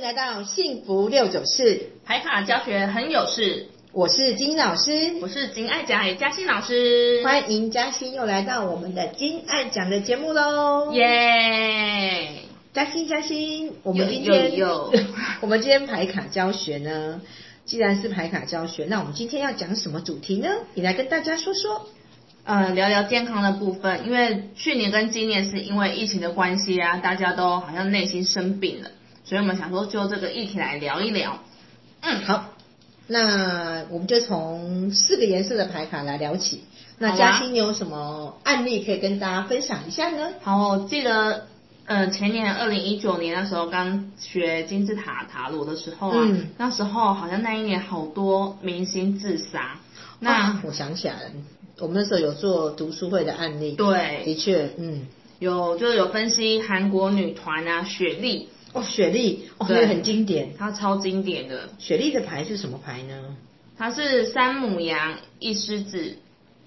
来到幸福六九四，排卡教学很有事，我是金老师，我是金爱甲也嘉欣老师，欢迎嘉欣又来到我们的金爱讲的节目喽！耶！嘉欣，嘉欣，我们有今有天有 我们今天排卡教学呢，既然是排卡教学，那我们今天要讲什么主题呢？你来跟大家说说。呃，聊聊健康的部分，因为去年跟今年是因为疫情的关系啊，大家都好像内心生病了，所以我们想说就这个议题来聊一聊。嗯，好，那我们就从四个颜色的牌卡来聊起。那好啊嘉欣，你有什么案例可以跟大家分享一下呢？好，啊我记得，呃，前年二零一九年那时候刚学金字塔塔罗的时候啊，嗯那时候好像那一年好多明星自杀，那、啊我想起来了，我们那时候有做读书会的案例，的对确，嗯，有就是有分析韩国女团啊雪莉，哦，雪莉，哦，对那个很经典。她超经典的，雪莉的牌是什么牌呢？她是三母羊一狮子，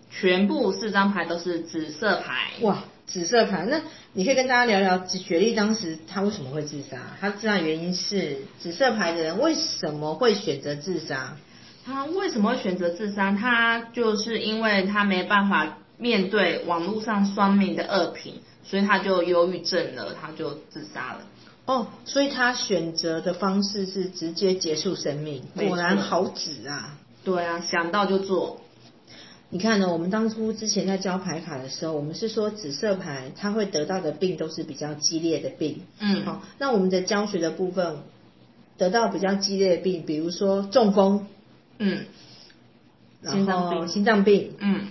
全部四张牌都是紫色牌。哇，紫色牌。那你可以跟大家聊聊雪莉当时她为什么会自杀？她自杀的原因是紫色牌的人为什么会选择自杀？他为什么会选择自杀？他就是因为他没办法面对网络上酸民的恶评，所以他就忧郁症了，他就自杀了。哦，所以他选择的方式是直接结束生命，没错果然好紫啊！对啊，想到就做。你看呢？我们当初之前在教牌卡的时候，我们是说紫色牌它会得到的病都是比较激烈的病。嗯好、那我们的教学的部分得到比较激烈的病，比如说中风，嗯然心脏后病心脏病，嗯，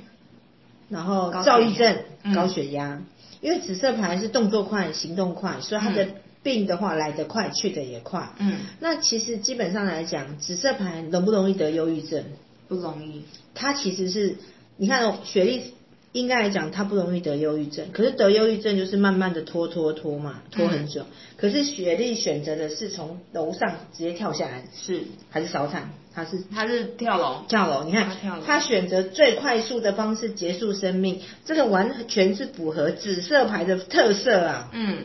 然后高血压躁郁症、嗯高血压。因为紫色牌是动作快、行动快，所以它的嗯病的话来得快，去得也快。嗯那其实基本上来讲，紫色牌容不容易得忧郁症？不容易。它其实是，你看哦雪莉应该来讲，她不容易得忧郁症，可是得忧郁症就是慢慢的拖拖拖嘛，嗯拖很久。可是雪莉选择的是从楼上直接跳下来，是，还是烧炭？她是他是跳楼。跳楼，你看她跳楼她选择最快速的方式结束生命，这个完全是符合紫色牌的特色啊。嗯，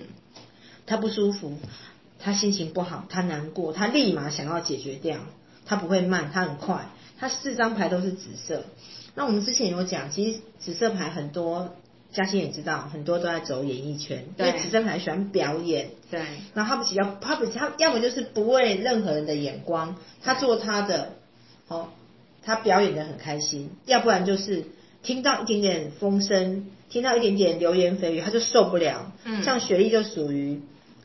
他不舒服，他心情不好，他难过，他立马想要解决掉，他不会慢，他很快，他四张牌都是紫色。那我们之前有讲，其实紫色牌很多，嘉欣也知道，很多都在走演艺圈，因对为紫色牌喜欢表演，对，然后他们只要他不他要么就是不为任何人的眼光，他做他的，哦，他表演的很开心，要不然就是听到一点点风声，听到一点点流言蜚语，他就受不了。嗯像雪莉就属于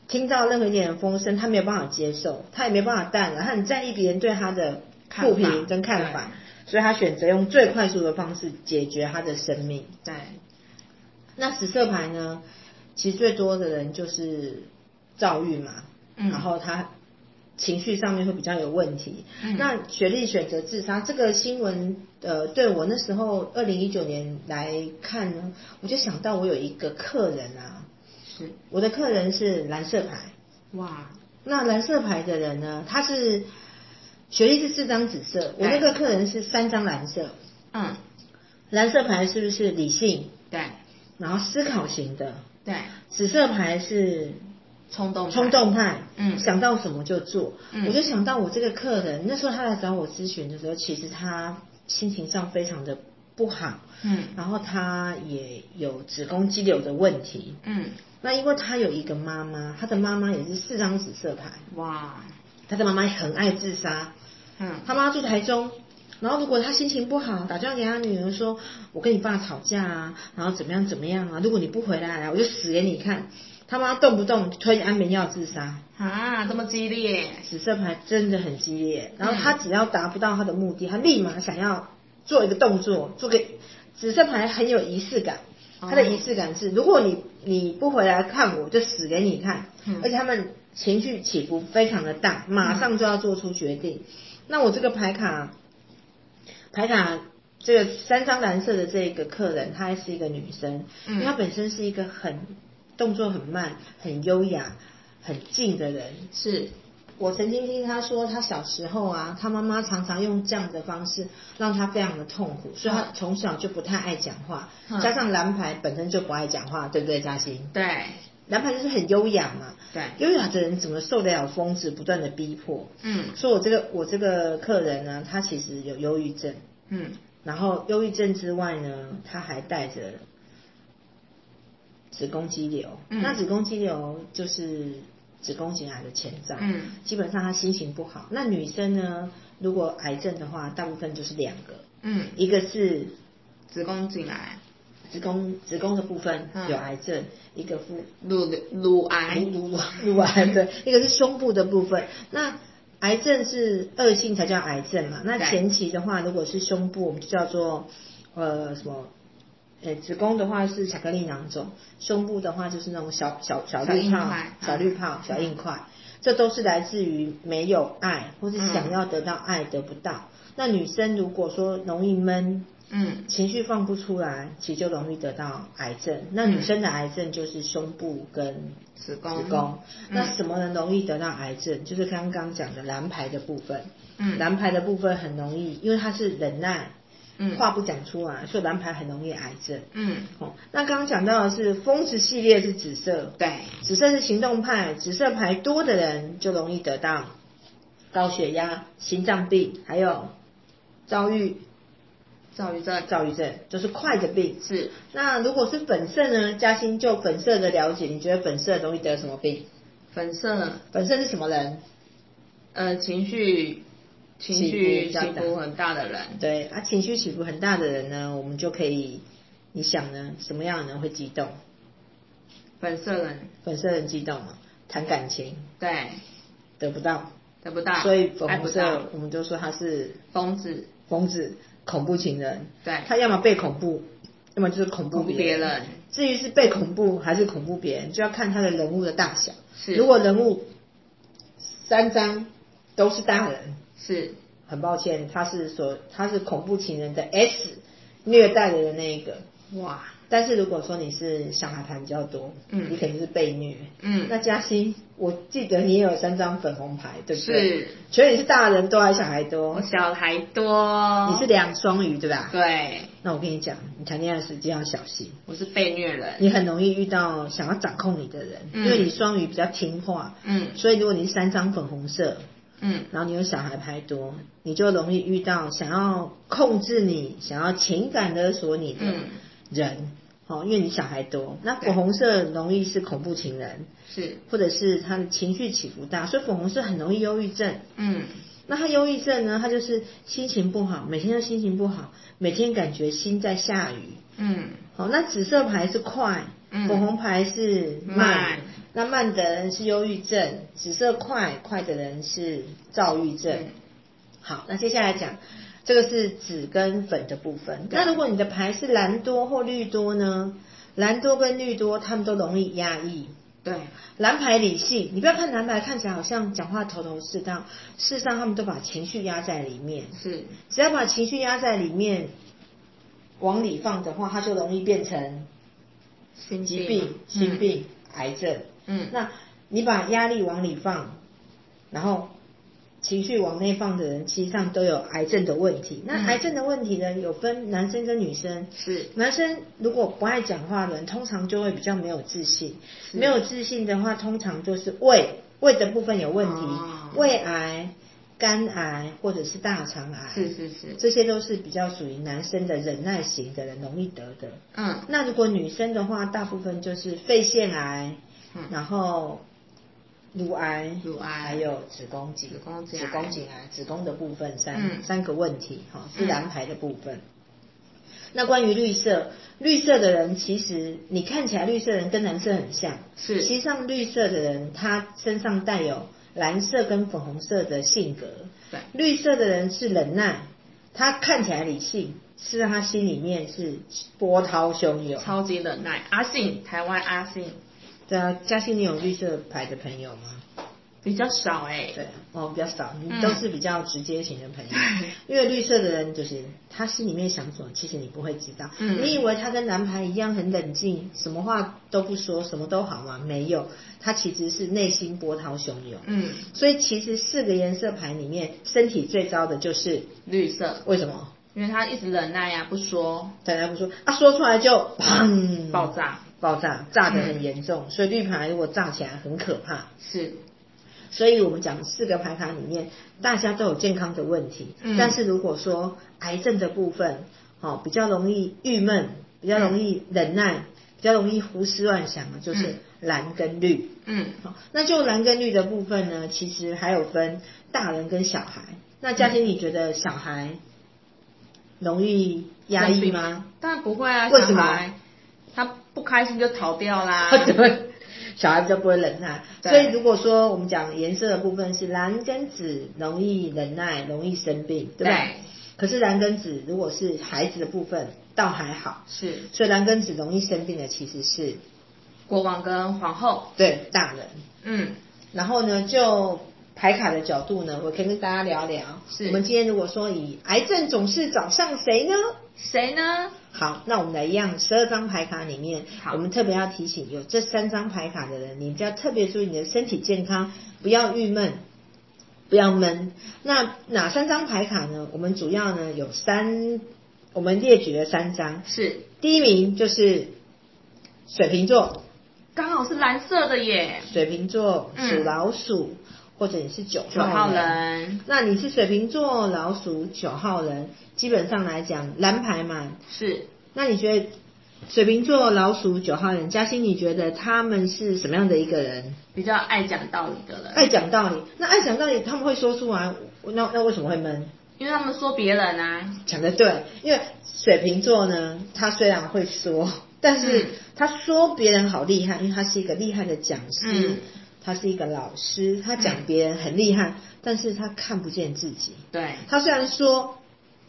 听到任何一点点风声，他没有办法接受，他也没办法淡了，他很在意别人对他的看负法评跟看法，所以他选择用最快速的方式解决他的生命。对，那紫色牌呢，其实最多的人就是躁郁嘛，嗯然后他情绪上面会比较有问题。嗯那雪莉选择自杀这个新闻，呃，对我那时候二零一九年来看呢，我就想到我有一个客人啊，是，我的客人是蓝色牌，哇，那蓝色牌的人呢，他是雪莉是四张紫色，我那个客人是三张蓝色，嗯，蓝色牌是不是理性，对然后思考型的？对，紫色牌是冲动派冲动派，嗯想到什么就做。嗯我就想到我这个客人，那时候他来找我咨询的时候，其实他心情上非常的不好，嗯然后他也有子宫肌瘤的问题。嗯，那因为他有一个妈妈，他的妈妈也是四张紫色牌，哇，他的妈妈很爱自杀，嗯，他妈住台中，然后如果他心情不好，打电话给他女儿说：“我跟你爸吵架啊，然后怎么样怎么样啊，如果你不回来啊，我就死给你看。”他妈动不动推安眠药自杀，啊，这么激烈，紫色牌真的很激烈。然后嗯他只要达不到他的目的，他立马想要做一个动作，做个紫色牌很有仪式感。哦他的仪式感是，如果你你不回来看我，就死给你看。嗯而且他们情绪起伏非常的大，马上就要做出决定。那我这个牌卡，牌卡这个三张蓝色的这个客人，她还是一个女生，嗯因为她本身是一个很动作很慢、很优雅、很静的人，是，我曾经听他说，他小时候啊，他妈妈常常用这样的方式让他非常的痛苦，所以他从小就不太爱讲话，嗯加上蓝牌本身就不爱讲话，对不对，嘉欣？对，蓝牌就是很优雅嘛，对优雅的人怎么受得了疯子不断的逼迫？嗯所以我这个我这个客人呢，他其实有忧郁症，嗯，然后忧郁症之外呢，他还带着子宫肌瘤。嗯那子宫肌瘤就是子宫颈癌的前兆。嗯基本上他心情不好。那女生呢，如果癌症的话，大部分就是两个，嗯，一个是子宫颈癌、子宫子宫的部分嗯有癌症，一个妇乳乳癌、乳乳乳癌， 对，一个是胸部的部分。那癌症是恶性才叫癌症嘛？那对前期的话，如果是胸部，我们就叫做呃什么？呃，子宫的话是巧克力囊肿，胸部的话就是那种小小小小绿硬泡块、嗯小绿泡、小硬块，这都是来自于没有爱或是嗯想要得到爱得不到。那女生如果说容易闷，嗯情绪放不出来，其实就容易得到癌症。那女生的癌症就是胸部跟子宫子宫。嗯那什么人容易得到癌症？就是刚刚讲的蓝牌的部分。嗯蓝牌的部分很容易，因为它是忍耐，嗯话不讲出来，所以蓝牌很容易癌症。嗯，哦，那刚刚讲到的是疯子系列是紫色，对，紫色是行动派，紫色牌多的人就容易得到高血压、心脏病，还有遭遇躁郁症躁郁症，就是快的病。是那如果是粉色呢？嘉欣就粉色的了解，你觉得粉色容易得什么病？粉色粉色是什么人？呃情绪情起伏绪比较起大伏很大的人，对啊，情绪起伏很大的人呢，我们就可以，你想呢，什么样的人会激动？粉色人粉色人激动嘛，谈感情对得不到，得不到，所以粉啊爱红不到色我们就说他是疯子，疯子、恐怖情人。对他要么被恐怖，要么就是恐怖恐怖别别人至于是被恐怖还是恐怖别人，就要看他的人物的大小。是如果人物三张都是大人，是很抱歉，他是所他是恐怖情人的 S 虐待的人那一个。哇但是如果说你是小孩牌比较多，嗯你肯定是被虐。嗯那嘉欣，我记得你也有三张粉红牌，对不对？是，觉得你是大人多还是小孩多？我小孩多，你是两双鱼对吧？。对，那我跟你讲，你谈恋爱的时间要小心，我是被虐人，你很容易遇到想要掌控你的人，嗯因为你双鱼比较听话，嗯所以如果你是三张粉红色，嗯然后你有小孩牌多，你就容易遇到想要控制你、想要情感勒索你的嗯人，哦，因为你小孩多。那对粉红色容易是恐怖情人，是或者是他的情绪起伏大，所以粉红色很容易忧郁症。嗯那他忧郁症呢？他就是心情不好，每天都心情不好，每天感觉心在下雨。嗯好，那紫色牌是快，嗯粉红牌是慢。慢那慢的人是忧郁症，紫色快快的人是躁郁症。嗯好，那接下来讲这个是紫跟粉的部分。对那如果你的牌是蓝多或绿多呢？蓝多跟绿多，他们都容易压抑。对蓝牌理性，你不要看蓝牌看起来好像讲话头头是道，事实上他们都把情绪压在里面。是只要把情绪压在里面，往里放的话，它就容易变成心疾病、心病、癌症。嗯那你把压力往里放，然后情绪往内放的人，其实上都有癌症的问题。那嗯癌症的问题呢，有分男生跟女生。是男生如果不爱讲话的人，通常就会比较没有自信。是没有自信的话，通常就是胃胃的部分有问题，哦胃癌、肝癌或者是大肠癌。是是是这些都是比较属于男生的忍耐型的人容易得的。嗯那如果女生的话，大部分就是肺腺癌，嗯然后乳癌、乳癌还有子宫颈、子宫颈子癌宫颈癌、子宫的部分三、嗯三个问题哈、嗯是蓝牌的部分。那关于绿色，绿色的人其实你看起来绿色人跟蓝色很像，是其实上绿色的人他身上带有蓝色跟粉红色的性格，对绿色的人是忍耐，他看起来理性，是让他心里面是波涛汹涌。超级忍耐阿信台湾阿信对啊，嘉欣，你有绿色牌的朋友吗？比较少哎、对，哦，比较少，你嗯都是比较直接型的朋友。对因为绿色的人就是他心里面想什么，其实你不会知道。嗯你以为他跟蓝牌一样很冷静，什么话都不说，什么都好吗？没有，他其实是内心波涛汹涌。嗯所以其实四个颜色牌里面，身体最糟的就是绿色，为什么？啊因为他一直忍耐呀、不说大家不说啊，说出来就砰爆炸，爆炸，炸得很严重，所以绿牌如果炸起来很可怕。是所以我们讲四个牌卡里面，大家都有健康的问题，嗯但是如果说癌症的部分，哦，比较容易郁闷，比较容易忍耐，比较容易胡思乱想的，就是嗯蓝跟绿。嗯好，那就蓝跟绿的部分呢，其实还有分大人跟小孩。那嘉嗯欣，你觉得小孩容易压抑吗？当然不会啊，为什么。小孩他不开心就逃掉啦 对，小孩比较不会忍耐。对所以如果说我们讲颜色的部分是蓝跟紫，容易忍耐，容易生病，对不对？对可是蓝跟紫如果是孩子的部分，倒还好。是所以蓝跟紫容易生病的其实是国王跟皇后。对大人。嗯，然后呢，就牌卡的角度呢，我可以跟大家聊聊。是我们今天如果说以癌症总是找上谁呢？谁呢？好，那我们来一样，十二张牌卡里面，好我们特别要提醒有这三张牌卡的人，你一定要特别注意你的身体健康，不要郁闷，不要闷。那哪三张牌卡呢？我们主要呢有三，我们列举了三张。是第一名就是水瓶座，刚好是蓝色的耶。水瓶座嗯属老鼠，或者你是九九号号人那你是水瓶座老鼠九号人，基本上来讲蓝牌嘛，是那你觉得水瓶座老鼠九号人，嘉欣，你觉得他们是什么样的一个人？比较爱讲道理的人，爱讲道理，那爱讲道理他们会说出来，那那为什么会闷？因为他们说别人啊，讲的对，因为水瓶座呢，他虽然会说， 但是嗯他说别人好厉害，因为他是一个厉害的讲师，嗯他是一个老师，他讲别人很厉害，但是他看不见自己。对，他虽然说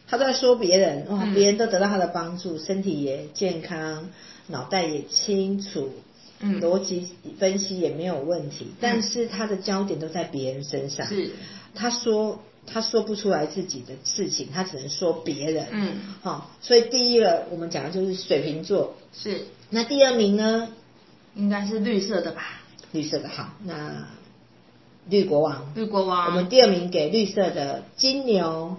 他都在说别人，哇，嗯别人都得到他的帮助，身体也健康，脑袋也清楚，嗯，逻辑分析也没有问题，但是他的焦点都在别人身上。是，他说他说不出来自己的事情，他只能说别人。嗯，好、所以第一个我们讲的就是水瓶座，是，那第二名呢，应该是绿色的吧？绿色的好，那绿国王，绿国我们王，第二名给绿色的金牛，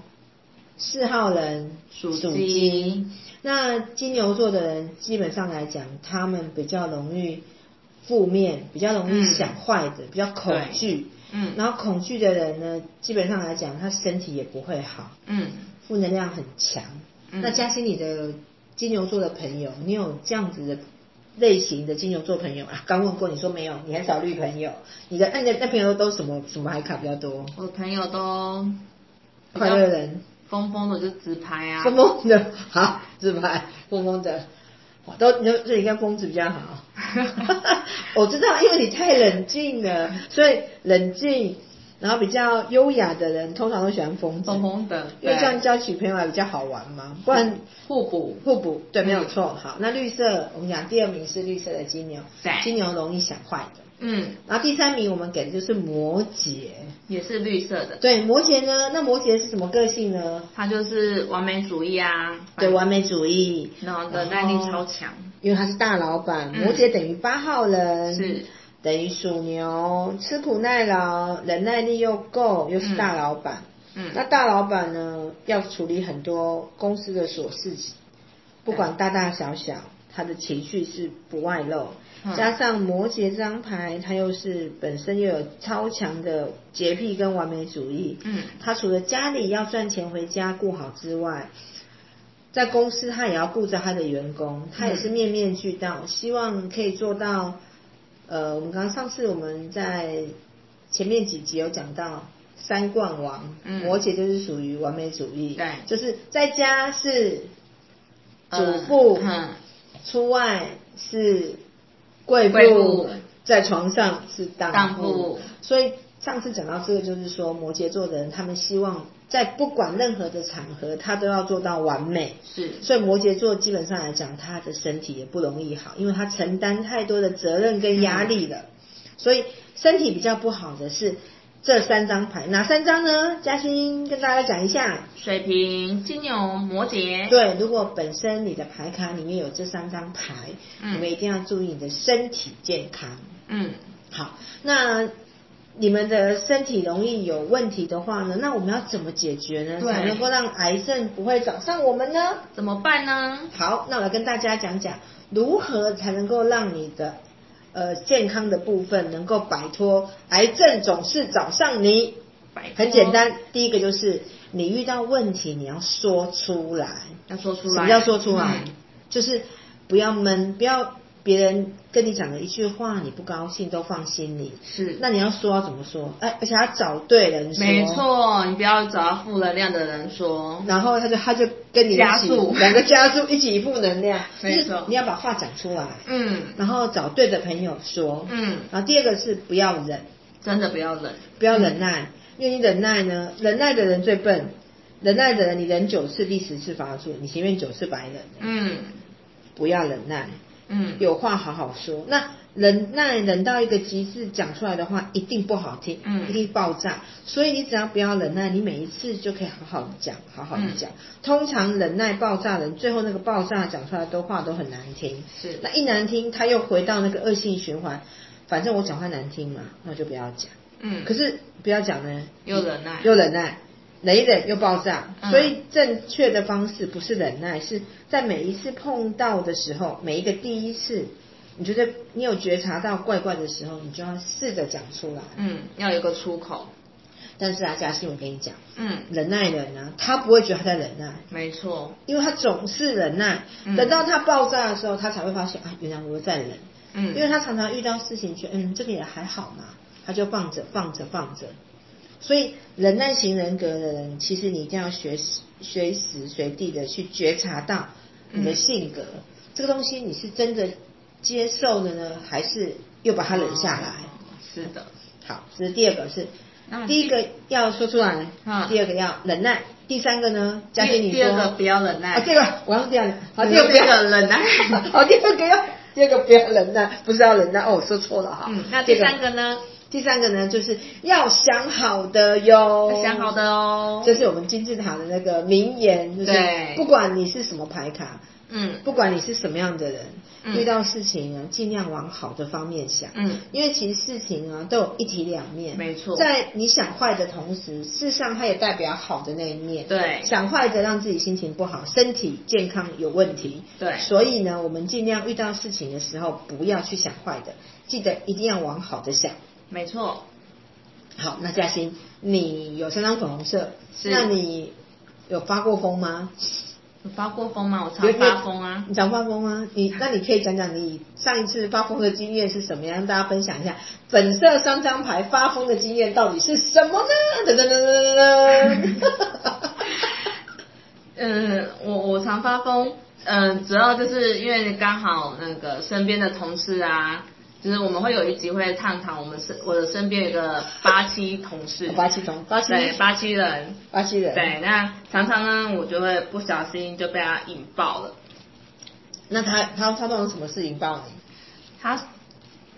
四号人属鸡鸡。那金牛座的人基本上来讲，他们比较容易负面，比较容易嗯想坏的，比较恐惧。嗯，然后恐惧的人呢，基本上来讲，他身体也不会好，嗯，负能量很强。嗯那嘉欣，你的金牛座的朋友，你有这样子的类型的金牛座朋友啊？刚问过你说没有，你很少绿朋友。你的那你的那朋友都什么什么牌卡比较多？我的朋友都比较快乐人，疯疯的就直拍啊，疯疯的， 好，自拍，疯疯的，哇都你就这应该疯子比较好。 我知道，因为你太冷静了，所以冷静，然后比较优雅的人，通常都喜欢疯子。疯疯的，因为这样对，交起朋友来比较好玩嘛，不然互补，互补对，没有错。好，那绿色我们讲第二名是绿色的金牛，对金牛容易想坏的。嗯，然后第三名我们给的就是摩羯，也是绿色的，对摩羯呢，那摩羯是什么个性呢？他就是完美主义啊，对，完美主义，然后忍耐力超强，因为他是大老板，嗯摩羯等于八号人，是等于属牛，吃苦耐劳，忍耐力又够，又是大老板。嗯那大老板呢，要处理很多公司的琐事，不管大大小小，他的情绪是不外露。嗯加上摩羯这张牌，它又是本身又有超强的洁癖跟完美主义。嗯他除了家里要赚钱回家顾好之外，在公司他也要顾着他的员工，他也是面面俱到，希望可以做到。呃，我们刚上次我们在前面几集有讲到三冠王，嗯摩羯就是属于完美主义，对就是在家是呃主妇，嗯，出外是贵妇，贵妇在床上是荡荡妇妇。所以上次讲到这个，就是说摩羯座的人，他们希望在不管任何的场合，他都要做到完美。是，所以摩羯座基本上来讲，他的身体也不容易好，因为他承担太多的责任跟压力嗯了。所以身体比较不好的是这三张牌，哪三张呢？嘉欣跟大家讲一下。水瓶、金牛、摩羯，，对，如果本身你的牌卡里面有这三张牌，嗯你们一定要注意你的身体健康。嗯，好，那你们的身体容易有问题的话呢，那我们要怎么解决呢？对才能够让癌症不会找上我们呢？怎么办呢？好，那我来跟大家讲讲如何才能够让你的呃健康的部分能够摆脱癌症总是找上你。摆脱很简，哦单，第一个就是你遇到问题你要说出来。要说出来。什么叫说出来？嗯就是不要闷，不要别人跟你讲的一句话你不高兴都放心里。是，那你要说要怎么说？哎，而且要找对人说。没。错，你不要找到负能量的人说。然后他就他就跟你一起加速两个加速一起负能量，没错就是你要把话讲出来，嗯然后找对的朋友说。嗯，然后第二个是不要忍，真的不要忍。不要忍耐，嗯因为你忍耐呢，忍耐的人最笨，忍耐的人你忍九次，第十次发作，你前面九次白忍，嗯不要忍耐，嗯，有话好好说。那忍耐忍到一个极致，讲出来的话一定不好听，嗯一定爆炸。所以你只要不要忍耐，你每一次就可以好好的讲，好好的嗯讲。通常忍耐爆炸人，最后那个爆炸讲出来的话都很难听。是那一难听，他又回到那个恶性循环。反正我讲话难听嘛，那我就不要讲。嗯，可是是不要讲呢，又忍耐，又忍耐，忍一忍又爆炸。嗯所以正确的方式不是忍耐，是在每一次碰到的时候，每一个第一次，你觉得你有觉察到怪怪的时候，你就要试着讲出来。嗯，要有一个出口。但是啊，嘉欣，我跟你讲，嗯，忍耐的人啊，他不会觉得他在忍耐。没错。因为他总是忍耐，嗯等到他爆炸的时候，他才会发现啊，原来我在忍。嗯，因为他常常遇到事情，觉得嗯这个也还好嘛，他就放着放着放着。所以忍耐型人格的人，其实你一定要学时随时随地的去觉察到你的性格、嗯这个东西，你是真的接受了呢，还是又把它忍下来？哦是的，好，这是第二个是那，第一个要说出来，嗯第二个要忍耐，第三个呢，嘉欣你第说二个不要忍耐啊，这个我要是第二个，好，你第二个不要第二个忍耐 好，第二个要，第二个不要忍耐，不是要忍耐哦，我说错了哈。嗯，那第三这个呢？第三个呢，就是要想好的哟，要想好的哦这是我们金字塔的那个名言，就是对不管你是什么牌卡，嗯不管你是什么样的人，嗯遇到事情呢，尽量往好的方面想。嗯，因为其实事情啊都有一体两面，没错在你想坏的同时，事实上它也代表好的那一面。对想坏的让自己心情不好，身体健康有问题。对所以呢，我们尽量遇到事情的时候，不要去想坏的，记得一定要往好的想。没错。好，那嘉欣，你有三张粉红色，是那你有发过疯吗？有发过疯吗？我常发疯啊。你常发疯吗？你那你可以讲讲你上一次发疯的经验是什么样，让大家分享一下。本色三张牌发疯的经验到底是什么呢？噔噔噔噔 噔，嗯，我我常发疯，嗯，主要就是因为刚好那个身边的同事啊，就是我们会有一集会探讨我们身我的身边有一个八七同事八七同八七对八七人，巴西人，对，那常常呢我就会不小心就被他引爆了，那他他他都有什么事情爆你？他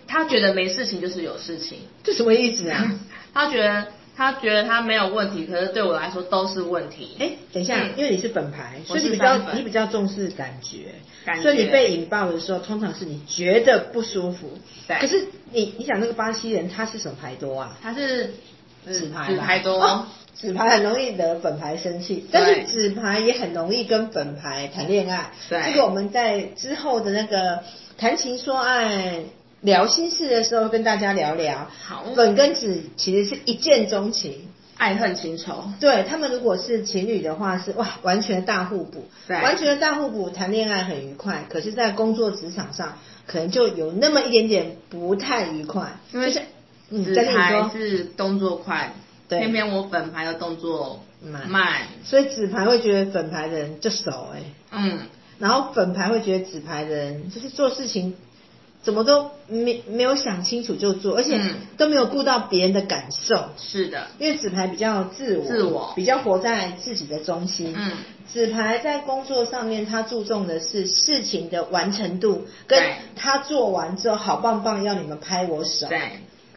他觉得没事情就是有事情，这什么意思 啊？他觉得他觉得他没有问题，可是对我来说都是问题，哎，等一下，嗯因为你是本牌，所我以是你比较三本你比较重视感觉，感觉所以你被引爆的时候，通常是你觉得不舒服。对可是你你想那个巴西人他是什么牌多啊？他是嗯纸牌吧，纸牌多。哦 纸牌很容易惹本牌生气，但是纸牌也很容易跟本牌谈恋爱。对这个我们在之后的那个谈情说爱、聊心事的时候跟大家聊聊。好本哦跟纸其实是一见钟情，爱恨情仇，对他们如果是情侣的话是哇，完全大互补，对完全的大互补，谈恋爱很愉快，可是，在工作职场上可能就有那么一点点不太愉快，因为就是嗯，纸再跟你牌说，是动作快，对偏偏我本牌的动作慢慢，所以纸牌会觉得粉牌的人就熟哎、嗯，然后粉牌会觉得纸牌的人就是做事情怎么都没没有想清楚就做，而且嗯都没有顾到别人的感受，是的，因为纸牌比较自我，自我比较活在自己的中心。嗯，纸牌在工作上面，他注重的是事情的完成度，跟对他做完之后好棒棒，要你们拍我手。对。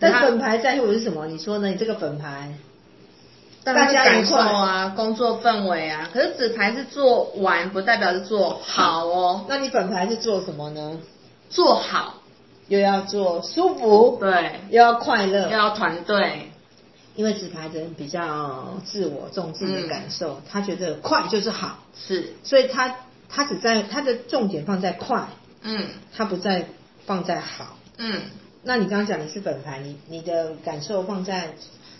但他粉牌在乎的是什么？你说呢？你这个粉牌，大家愉感受快啊，工作氛围啊，可是纸牌是做嗯完，不代表是做好哦，那你本牌是做什么呢？做好又要做舒服，对，又要快乐，要团队，因为纸牌的人比较自我重自己的感受，嗯他觉得快就是好，是，所以他他只在他的重点放在快，嗯他不再放在好。嗯，那你刚刚讲你是本牌，你你的感受放在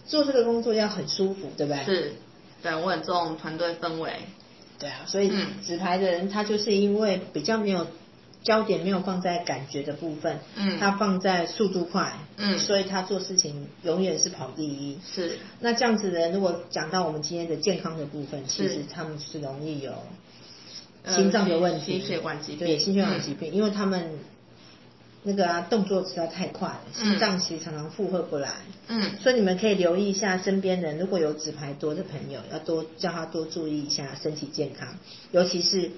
做这个工作要很舒服，对不对？。是，对我很重团队氛围，对啊，所以嗯纸牌的人他就是因为比较没有焦点没有放在感觉的部分，嗯他放在速度快，嗯所以他做事情永远是跑第一。是，那这样子的人，如果讲到我们今天的健康的部分，其是实他们是容易有呃心脏的问题、心血管疾病对心血管疾嗯病，因为他们那个啊动作实在太快了，嗯心脏其实常常负荷不来。嗯所以你们可以留意一下身边人，如果有纸牌多的朋友，要多叫他多注意一下身体健康，尤其是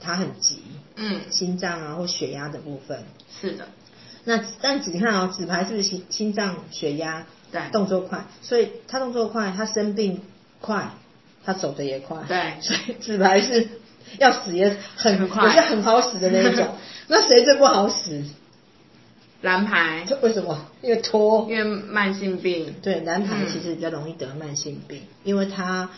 他很急，嗯，心脏啊或血压的部分。是的，那但只你看哦，纸牌是不是心心脏血压对动作快，所以他动作快，他生病快，他走的也快。对所以纸牌是要死也很很快也是很好死的那一 种。那谁最不好死？蓝牌，为什么？因为拖。因为慢性病，对，蓝牌嗯其实比较容易得慢性病，因为他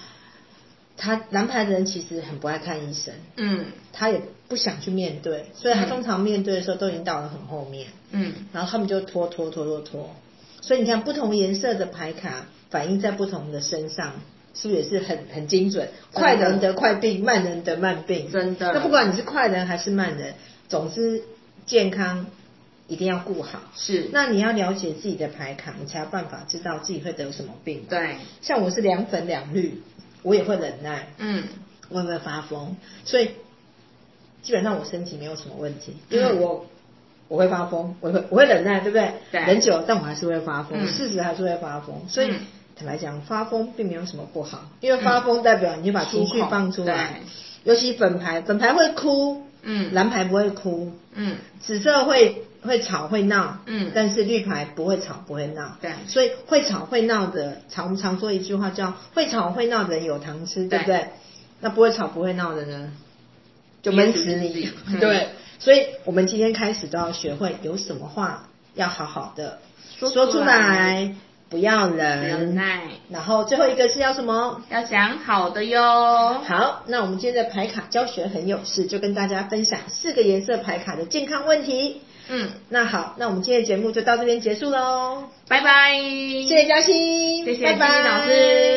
他蓝牌的人其实很不爱看医生，嗯他也不想去面对，所以他嗯通常面对的时候都已经到了很后面，嗯然后他们就拖拖拖拖拖。所以你看，不同颜色的牌卡反映在不同的身上，是不是也是很很精准？真的快人得快病，慢人得慢病，真的那不管你是快人还是慢人，总之健康一定要顾好。是，那你要了解自己的牌卡，你才有办法知道自己会得什么病。，对，像我是两粉两绿，我也会忍耐，嗯我也会发疯，所以基本上我身体没有什么问题，因为嗯我、我会发疯，我会我会忍耐，对不对？对忍久了，但我还是会发疯，嗯事实还是会发疯，所以。嗯坦白讲，发疯并没有什么不好，因为发疯代表你把情绪出口放出来，尤其粉牌，粉牌会哭，嗯蓝牌不会哭，嗯紫色会会吵会闹，嗯但是绿牌不会吵不会闹，对所以会吵会闹的，常我们常说一句话叫会吵会闹的人有糖吃，对不对？对那不会吵不会闹的呢，就闷死憋死自你己， 嗯对。所以我们今天开始都要学会有什么话要好好的说出说出来来，不要忍忍。耐，然后最后一个是要什么？要想好的哟，好，那我们今天的牌卡教学很有事，就跟大家分享四个颜色牌卡的健康问题。嗯，那好，那我们今天的节目就到这边结束喽，拜拜，谢谢嘉欣，谢谢拜拜金老师